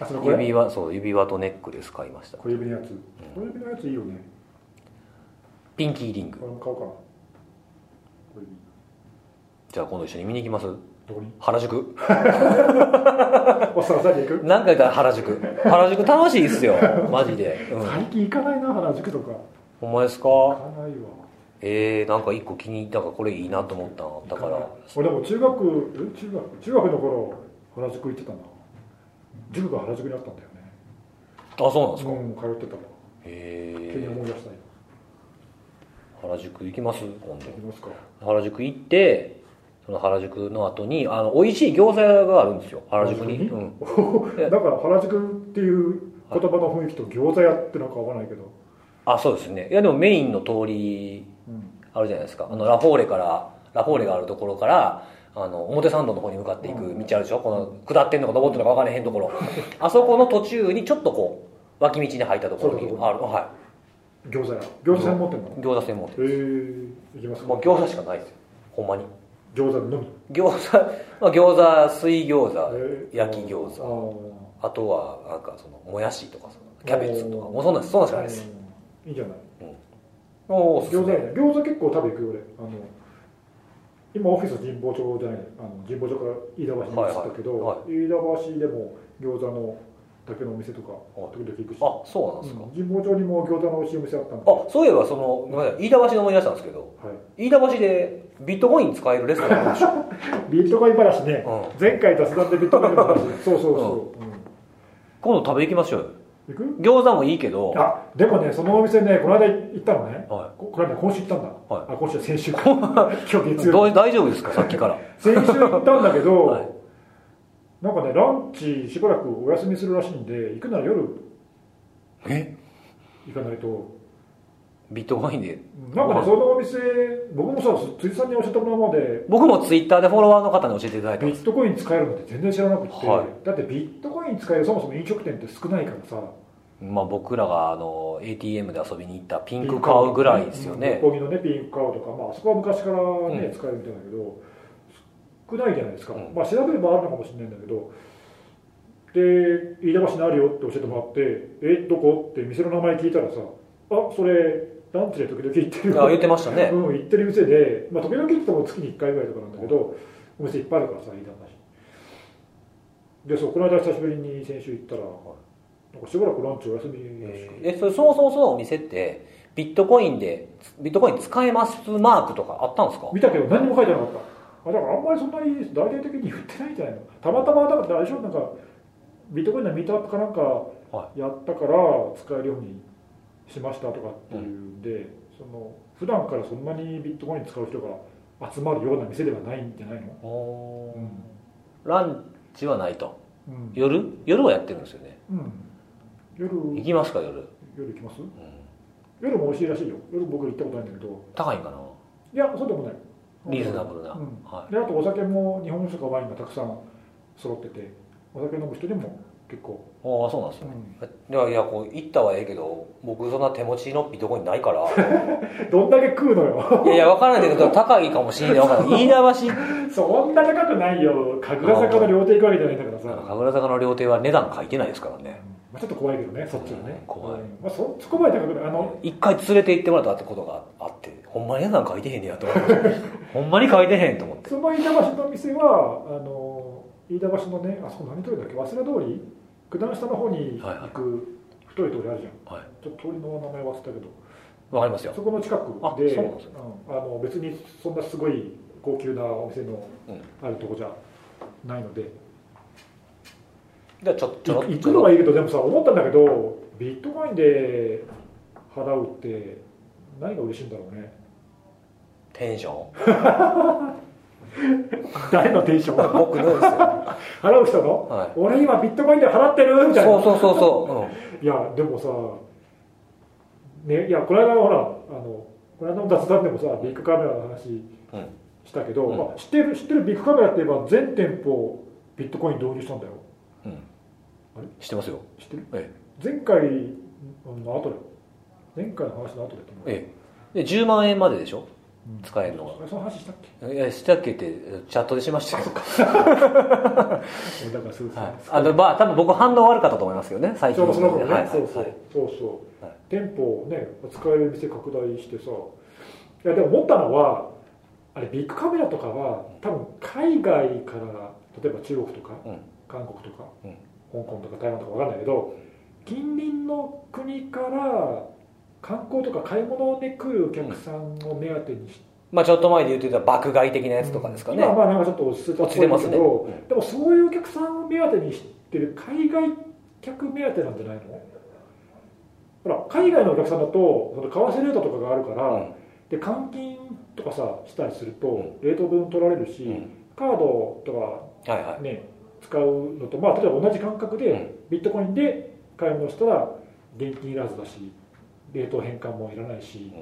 A: あそのこれ
B: 指輪そう指輪とネックレス買いました
A: 小指のやつ小指のやついいよね
B: ピンキーリング
A: これも買おうかな小指
B: じゃあ今度一緒に見に行きます
A: どこに
B: 原宿
A: おっさんさっき行く
B: 何回か原宿原宿楽しい っすよマジで、うん、
A: 最近行かないな原宿とか
B: ほんまです
A: 行
B: か
A: かないわ
B: えー、なんか一個気に入ったからこれいいなと思ったのあったか
A: 行
B: ら
A: ない俺でも中学え中学中学の頃原宿行ってたな塾が原宿にあったんだよね
B: あそうなんですか、
A: うん通ってたわ急に
B: え
A: 思い出した今
B: ー、原宿行きます今
A: 行きますか
B: 度原宿行ってその原宿の後にあの美味しい餃子屋があるんですよ原宿
A: 原
B: に、
A: 宿
B: うん、
A: だから原宿っていう言葉の雰囲気と餃子屋ってなんか合わないけど、
B: あそうですねいやでもメインの通り
A: うん、
B: あるじゃないですかあのラフォーレからラフォーレがあるところからあの表参道の方に向かっていく道あるでしょこの下ってんのか登ってんのか分からへんところあそこの途中にちょっとこう脇道に入ったところに
A: そうそう
B: あるは
A: 餃子屋餃子専門店なの
B: い餃子専門
A: へえ行きます
B: 店
A: か
B: もう餃子しかないですよほんまに
A: 餃子のみ
B: 餃子、まあ、餃子水
A: へ
B: 餃子
A: え
B: 焼き餃子
A: 子
B: あとはなんかそのもやしとかそのキャベツとか
A: おー
B: もうそんなんそうなんしかないです
A: いいじゃない
B: おーおすす
A: 餃子
B: め
A: やね餃子結構食べ行くよ俺あの今オフィス神保町じゃないあの神保町から飯田橋に移ったけど、
B: はい
A: 飯田橋でも餃子のだけのお店とか
B: はい
A: 時々行くし、
B: あそうなんですか
A: うん、神保町にも餃子の美味しいお店あったんで
B: あそういえばそのごめんなさい飯田橋で思い出したんですけど
A: はい、
B: 飯田橋でビットコイン使えるレストランある でしょ
A: ビットコイン話ね、
B: う
A: 前回雑談でビットコイン 話そうそうそう、う
B: 今度食べ行きましょうよ
A: ん、行
B: 餃子もいいけど
A: くあでもねそのお店ねこの間行ったのね
B: は
A: ここれね今週行ったんだ、
B: は
A: あ今週先週か 今日
B: い
A: 月曜日
B: どう大丈夫ですかさっき から
A: 先週行ったんだけど、
B: はい
A: なんかねランチしばらくお休みするらしいんで行くなら夜
B: え
A: 行かないと
B: ビットコインで
A: なんかねそのお店僕もさ辻さんに教えてもらうまで
B: 僕もツイッターでフォロワーの方に教えていただいたん
A: ビ
B: です
A: ットコイン使えるのって全然知らなくて、
B: は
A: だってビットコイン使えるそもそも飲食店って少ないからさ
B: まあ僕らがあの ATM で遊びに行ったピンク買うぐらいですよね
A: 六本木のねピンクカウとか、まああそこは昔からね、
B: うん
A: 使えるみたいだけど少ないじゃないですか、
B: うん
A: まあ調べればあるのかもしれないんだけどで飯田橋にあるよって教えてもらって「えどこ?」って店の名前聞いたらさ「あそれランチで時々行ってる
B: あ言ってましたね
A: うん、行ってる店で、まあ、時々行っても月に1回ぐらいとかなんだけどお店いっぱいあるからさ飯田橋でそうこの間久しぶりに先週行ったらなんかしばらくランチお休みらしく
B: えそれそもそもそのお店ってビットコインでビットコイン使えますマークとかあったんですか
A: 見たけど何も書いてなかったあだからあんまりそんなに大々的に言ってないんじゃないのたまたまだからあれでしょなんかビットコインのミートアップかなんかやったから使えるようにしましたとかっていうんで、その普段からそんなにビットコイン使う人が集まるような店ではないんじゃないの、
B: おー
A: うん
B: ランチはないと
A: うん
B: 夜夜はやってるんですよね
A: うん、夜
B: 行きますか夜、うん、
A: 夜行きます夜も美味しいらしいよ夜僕行ったことないんだけど
B: 高いんかない
A: やそうでもない
B: リーズナブルな、
A: うん
B: は
A: であとお酒も日本酒とかワインがたくさん揃っててお酒飲む人にも結構
B: い、ああそうなんですよ、いやいやこう行ったはええけど僕そんな手持ちのビットコイン ないから
A: どんだけ食うのよ
B: いやいや分からんけど高いかもしれない分からん飯田橋
A: そんな高くないよ神楽坂の料亭行くわけじゃないんだからさ、
B: 神楽坂の料亭は値段書いてないですからね
A: まあ、ちょっと怖いけどねそっちはね
B: うん怖い
A: うんまあ、そそこまで高くないあの
B: 一回連れて行ってもらったことがあってほんまに値段書いてへんねやと思ってほんまに書いてへんと思って
A: その飯田橋の店はあの飯田橋のねあそこ何通りだっけ早稲田通り九段下の方に
B: はい
A: 行
B: はい
A: く太い通りあるじゃん、
B: はい
A: ちょっと通りの名前忘れたけど
B: わかりますよ
A: そこの近く
B: あ
A: で
B: そうなんですね
A: うんあの別にそんなすごい高級なお店の
B: うん
A: あるとこじゃないので、
B: じゃあちょちょろっ
A: い行
B: ちょ
A: く
B: ろ
A: の
B: っ
A: はいいけどでもさ思ったんだけどビットコインで払うって何が嬉しいんだろうね
B: テンション
A: 誰のテンション
B: 僕のですよ、は
A: 払う人の俺今ビットコインで払ってるみ
B: い、
A: たいな
B: そうそうそうそ
A: いやでもさ、ね、いやこの間ほらあのこの間の雑談でもさビッグカメラの話
B: うん
A: したけど、
B: うん
A: まあ、知ってる知ってるビッグカメラって言えば全店舗ビットコイン導入したんだよ
B: う、うんうん
A: あれ、
B: 知ってますよ
A: 知ってる
B: え
A: 前回の後だよ前回の話の後だと思う
B: えええで10万円まででしょ
A: うん
B: 使えるのが
A: その話したっけ
B: いやしたっけってチャットでしましたよ
A: 俺だからすぐさ、
B: はい、あのまあ多分僕反応悪かったと思いますけどね最
A: ちょ
B: 近
A: うどその頃ね、
B: はい
A: そうそう、
B: はい
A: そうそう、
B: はい
A: 店舗をね使える店拡大してさいやでも思ったのはあれビッグカメラとかは多分海外から例えば中国とか、
B: うん
A: 韓国とか、
B: うん
A: 香港とか台湾とかわかんないけど近隣の国から観光とか買い物で来るお客さんを目当てにして、
B: まあちょっと前で言ってた爆買い的なやつとかですかね、
A: 今はまあなんかちょっと落ち着いたっぽいんだ
B: 落ち
A: け
B: て
A: ど、
B: ますね
A: でもそういうお客さんを目当てにしてる海外客目当てなんじゃないのほら海外のお客さんだとその為替レートとかがあるから、
B: うん
A: で換金とかさしたりすると冷凍分取られるし、
B: うん
A: カードと
B: はいは
A: か
B: い
A: ね使うのとまあ例えば同じ感覚で、
B: うん
A: ビットコインで買い物したら現金いらずだし冷凍返還もいらないし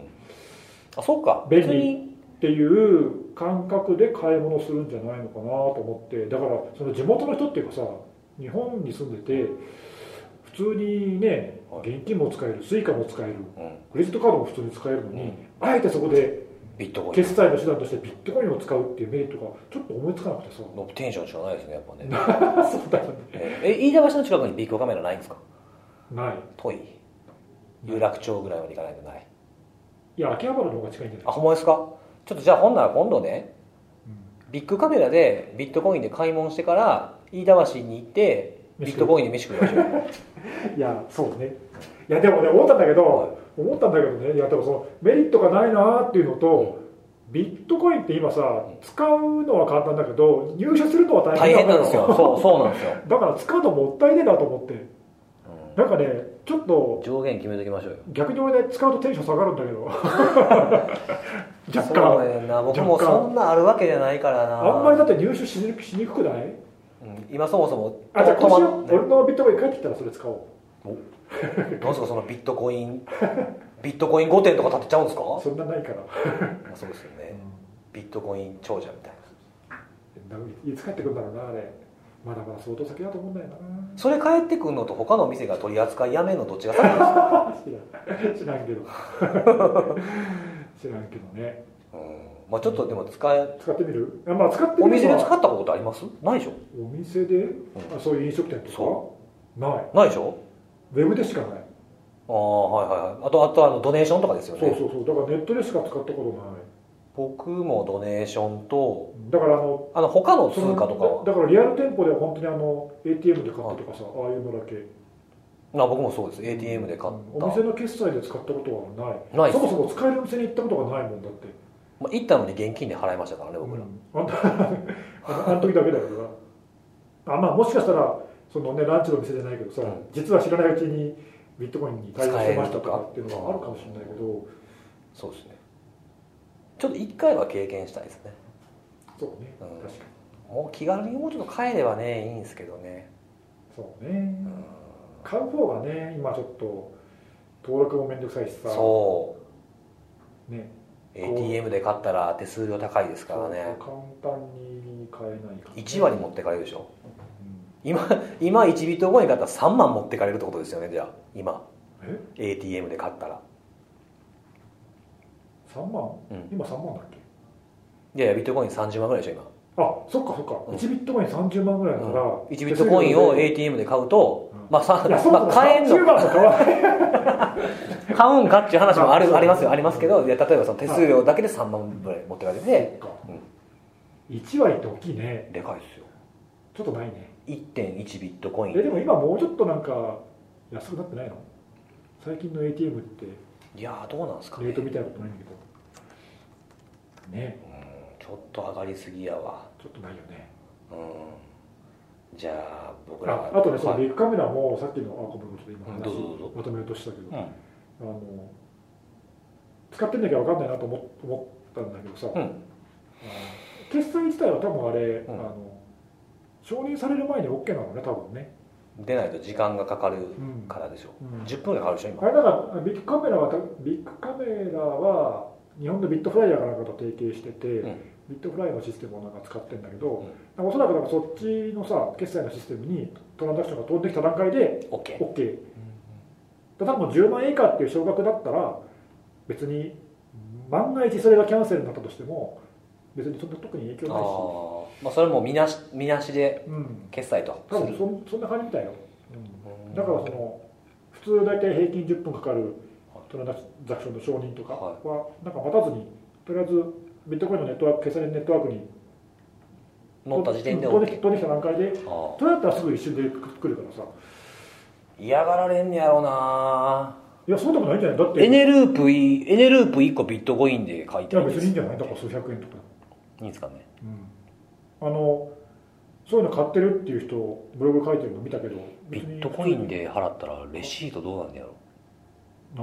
B: あそうか
A: 便利
B: 別に
A: っていう感覚で買い物するんじゃないのかなと思ってだからその地元の人っていうかさ日本に住んでて普通にね
B: はい
A: 現金も使える Suica も使える
B: うん
A: クレジットカードも普通に使えるのに、
B: うん
A: あえてそこで
B: ビットコイン
A: 決済の手段としてビットコインを使うっていうメリットがちょっと思いつかなくてさ
B: のテンションしかないですねやっぱ ね
A: そうだよね
B: ええ飯田橋の近くにビッグカメラないんですか
A: ない
B: 遠い有楽町ぐらいまで行かないとない
A: いや秋葉原の方が近いんじゃ
B: あ
A: ない
B: ほんまですかちょっとじゃあほんなら今度ね
A: うん
B: ビッグカメラでビットコインで買い物してから飯田橋に行ってビットコインで飯食いまし ょう
A: いやそうねいやでもね思ったんだけど、思ったんだけどねいやでもそのメリットがないなっていうのと、ビットコインって今さ
B: ん
A: 使うのは簡単だけど入手するのは大
B: 大
A: 変
B: 変
A: だ
B: なんですよそうそうなんですよ、
A: だから使うのもったいねえなと思って
B: う
A: なんかねちょっ
B: ん
A: と
B: 上限決めときましょうよ
A: 逆に俺ね使うとテンション下がるんだけ ど若
B: そう
A: 干
B: やねんな僕
A: 若
B: も
A: 干
B: そんなあるわけじゃないからな
A: あんまりだって入手しにくしにくくない
B: うん今そもそも
A: あじゃあ
B: と
A: 今週
B: とま
A: 俺のビットコイン帰ってきたらそれ使おう
B: ねどうですかそのビットコイン ビットコイン5点とか立てちゃうんですか
A: そんなないから
B: まあそうですよねビットコイン長者みたいな
A: うんいつ帰ってくるんだろうなあれまだまだ相当先だと思うんだよな
B: それ帰ってくるのと他のお店が取り扱いやめんのどっちが先 ですか、
A: 知らん知らんけど知らんけどね
B: うんまあ、ちょっとでも使え
A: 使ってみるあ、まあ、使ってみる
B: お店で使
A: っ
B: ったことありますないでしょ
A: お店であそういう飲食店と
B: そ
A: かない
B: ないでしょ
A: ウェブでしかない
B: ああはいはいはいあとあとあのドネーションとかですよ
A: そ
B: ね
A: うそうそうだからネットでしか使ったことない
B: 僕もドネーションと
A: だからあの
B: あの他の通
A: その
B: 貨とかは
A: だだからリアル店舗では本当にあの ATM で買ったとかさああいうのだけ
B: うまあ僕もそうです ATM で買っ
A: お
B: た、
A: 店の決済で使ったことはない
B: ないっす
A: そもそも使えるお店に行ったことがないもんだって
B: まあ、行ったのに現金で払いましたからね僕ら、
A: うんあんた あのあの時だけだよなあまあもしかしたらそのねランチの店じゃないけどさ、
B: うん
A: 実は知らないうちにビットコインに対応してましたとか
B: 使えるとか
A: っていうのはあるかもしれないけど
B: そうですねちょっと一回は経験したいですね
A: そうね、
B: うん
A: 確かに
B: もう気軽にもうちょっと買えればねいいんですけどね、
A: そうね、
B: うん
A: 買う方がね今ちょっと登録もめんどくさいしさ
B: そう
A: ね
B: ATM で買ったら手数料高いですからね
A: そう簡単に買えないから、ね、
B: 1割持ってかれるでしょ
A: うん
B: 今今1ビットコイン買ったら3万持ってかれるってことですよねじゃあ今
A: え
B: ATM で買ったら、
A: 3万
B: うん、
A: 今3万だっけ
B: いやいやビットコイン30万ぐらいでしょ今
A: あそっかそっか、
B: うん
A: 1ビットコイン30万ぐらいだから、
B: 1ビットコインを ATM で買うと、まあさ
A: いやそもそ
B: ま
A: も
B: あ、買えん
A: 30
B: の
A: 万も買わない
B: 買うんかっていう話もある
A: まあ
B: ありますよありますけどいや例えばその手数料だけで3万ぐらい持ってかれて
A: そっか
B: うん
A: 1割って大きいね
B: でかいですよ
A: ちょっとないね
B: 1.1ビットコイン
A: えでも今もうちょっとなんか安くなってないの最近の ATM って
B: いやーどうなんですか
A: レ
B: ね
A: ートみたいなことないんだけどね
B: うんちょっと上がりすぎやわ
A: ちょっとないよね
B: うんじゃあ僕ら
A: ああとねその
B: はい
A: ビッグカメラもさっきのあごめんちょっと今
B: うん
A: 話
B: どうぞどうぞ
A: まとめようとしたけど、
B: う
A: あ
B: ん
A: の使ってみなきゃ分かんないなと思思ったんだけどさ、
B: う
A: あの
B: ん
A: 決済自体は多分あれ、
B: ん
A: あの承認される前に OK なのね多分ね、
B: 出ないと時間がかかる
A: うん
B: からでしょ
A: うん
B: 10分ぐらいかかるでしょ
A: あ
B: 今
A: れだからビッグカメラはたビッグカメラは日本のビットフライヤーかなんかと提携してて、
B: ん
A: ビットフライヤーのシステムをなんか使ってるんだけど、
B: ん
A: なんかおそらくなんかそっちのさ決済のシステムにトランザクションが飛んできた段階で
B: OK う
A: OK だからもう10万円以下っていう少額だったら別に万が一それがキャンセルになったとしても別にそんな特に影響
B: ん
A: ないし
B: ああまあそれもみなしみなしで
A: うん
B: 決済と
A: 多分そんそんな感じみたいよ、うん
B: うん
A: だからその普通大体平均10分かかるトランザクションの承認とか
B: は
A: はなんか待たずにとりあえずビットコインのネットワーク決済ネットワークに
B: 乗った時点で
A: 飛んでき
B: OK
A: 飛んできた段階で
B: あ
A: そ
B: あ
A: れだったらすぐ一瞬で来るからさ
B: 嫌がられんねやろうない
A: やそうでもないんじゃないだって
B: エネループいエネループ1個ビットコインで書い
A: い
B: て
A: や
B: るん
A: 別に
B: です
A: いいんじゃないだから数百円とか、
B: いいんですかね
A: うん、あのそういうの買ってるっていう人ブログ書いてるの見たけど
B: ビ
A: 別に
B: ットコインで払ったらレシートどうなんやろ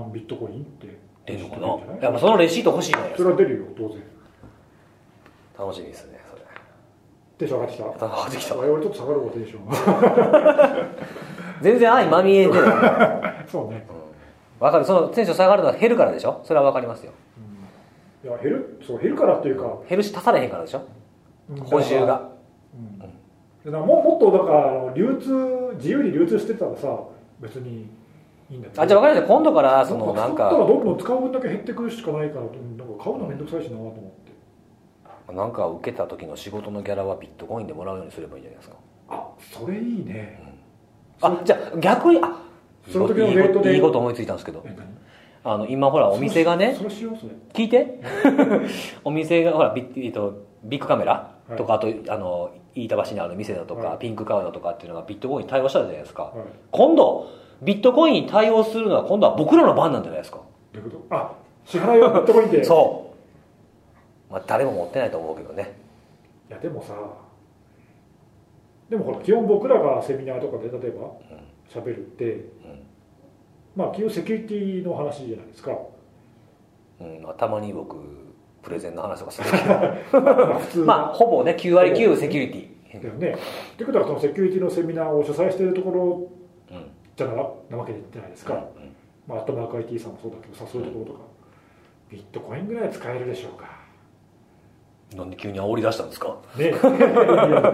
A: なんビットコインって
B: 出るのか
A: 知ってるんじゃ
B: ないやまあそのレシート欲しいじゃないで
A: そ
B: す
A: れ
B: か
A: は出るよ当然
B: 楽しみですねそれ
A: テンション上がってきた
B: 上がってきた
A: 我々ちょっと下がるわテンション
B: 全然愛まみ えてない
A: そうね、
B: わかるそのテンション下がるのは減るからでしょそれはわかりますよ
A: いや減るそう減るからっていうか
B: 減るし足されへんからでしょ
A: うん
B: 補充が
A: うんだからももっとだからあの流通自由に流通してたらさ別にいいんだけど
B: あじゃあ分かりました今度からそ
A: な
B: の
A: んか
B: なん
A: 使ったら
B: か
A: どんどん使う分だけ減ってくるしかないからうんなんか買うのめんどくさいしなと思って
B: なんか受けた時の仕事のギャラはビットコインでもらうようにすればいいんじゃないですか
A: あそれいいね
B: あじゃあ逆にあ
A: その時の
B: いい
A: レート
B: こと
A: で
B: いいこと思いついたんですけど
A: え何
B: あの今ほらお店がね
A: それしようそれ
B: 聞いて お店がほらビッ,、えっと、ビッグカメラとか、あとあの飯田橋にある店だとか、
A: はい
B: ピンクカウダとかっていうのがビットコインに対応したじゃないですか、
A: はい
B: 今度ビットコインに対応するのは今度は僕らの番なんじゃないですか
A: どういうことあ支払いはビットコインで
B: そう、まあ、誰も持ってないと思うけどね
A: いやでもさでもほら基本僕らがセミナーとかで例えば喋るって、まあ基本セキュリティの話じゃないですか
B: うん、まあ、たまに僕プレゼンの話とかするけど
A: まあ普通の
B: まあほぼね9割9セキュリテ
A: だよね。ってことはそのセキュリティのセミナーを主催しているところ
B: ィうん
A: じゃななわけじゃないですか、
B: うん
A: まあ、アットマーク IT さんもそうだけどさそういうところとか、ビットコインぐらいは使えるでしょうか
B: なんで急に煽り出したんですか
A: ね いや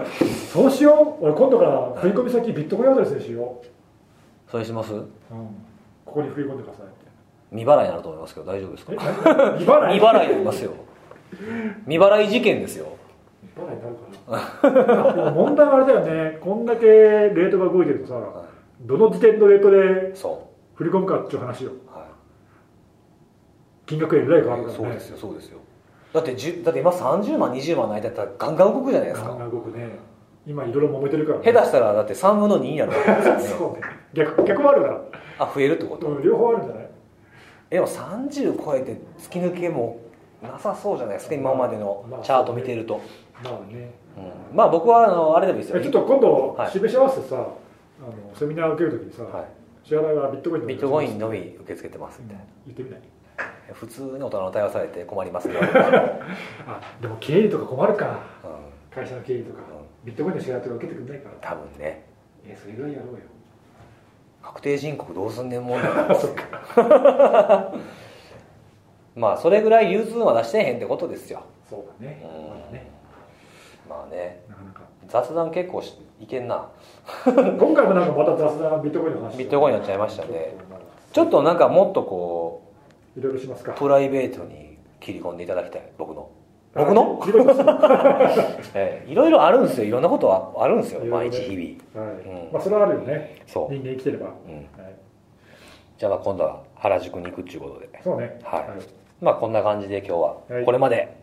A: そうしよう俺今度から振り込み先ビットコインアドレスにしよ
B: それします
A: う、うん、ここに振り込んでくださいって
B: 未払いになると思いますけど大丈夫ですか
A: え何未払い
B: 未払いになりますよ未払い事件ですよ
A: 未払いになるかなでも 問題はあれだよねこんだけレートが動いてるとさどの時点のレートで
B: そ
A: 振り込むかっていう話よ
B: う、は
A: 金額えらい
B: い
A: 変わるからね
B: そうですよそうですよだってじゅだって今30万20万の間だったらガンガン動くじゃないです
A: ガン
B: か
A: ガン動くね今いろいろ揉めてるから、
B: 下手したらだって3分の2やろ、
A: そうね逆逆もあるから、
B: あ増えるってこと、
A: うん、両方あるんじゃない
B: でも30超えて突き抜けもなさそうじゃないですか今まで
A: ま
B: の
A: あ
B: チャート見てると、
A: まあね
B: うんまあ僕はあのあれでもいいですよ
A: えちょっと今度
B: はい
A: 渋谷合わせてさ、あのセミナー受けるときにさ、
B: は
A: 支払いはビットコイン
B: い、
A: の
B: ビットコインのみ受け付けてますみたいな、
A: 言ってみない
B: 普通の大人の対応されて困りますけど、うん
A: あでも経理とか困るか会社の経理とかビットコインの支払いとか受けてくれないから
B: 多分ね
A: えそれぐらいやろうよ
B: 確定申告どうすんねんもん な まあそれぐらい流通は出してへんってことですよ、
A: そうだねまだね
B: まあね
A: なか なか
B: 雑談結構しいけんな
A: 今回もなんかまた雑談ビットコインの話
B: ビットコインになっちゃいましたねちょっとなんかもっとこ
A: いろいろします
B: う
A: か
B: プライベートに切り込んでいただきたい僕の僕の
A: あ切りますは
B: ええいろいろあるんですよいろんなことはあるんですよ
A: いろい
B: 毎
A: ろね
B: 日日
A: い、
B: うん
A: まあそれはあるよね
B: 々そ
A: 人間生きてれば、は
B: う、うん、
A: い、
B: じゃあまあ今度は原宿に行くっちゅうことで
A: そうね
B: はいまあこんな感じで今日は
A: はい
B: これまで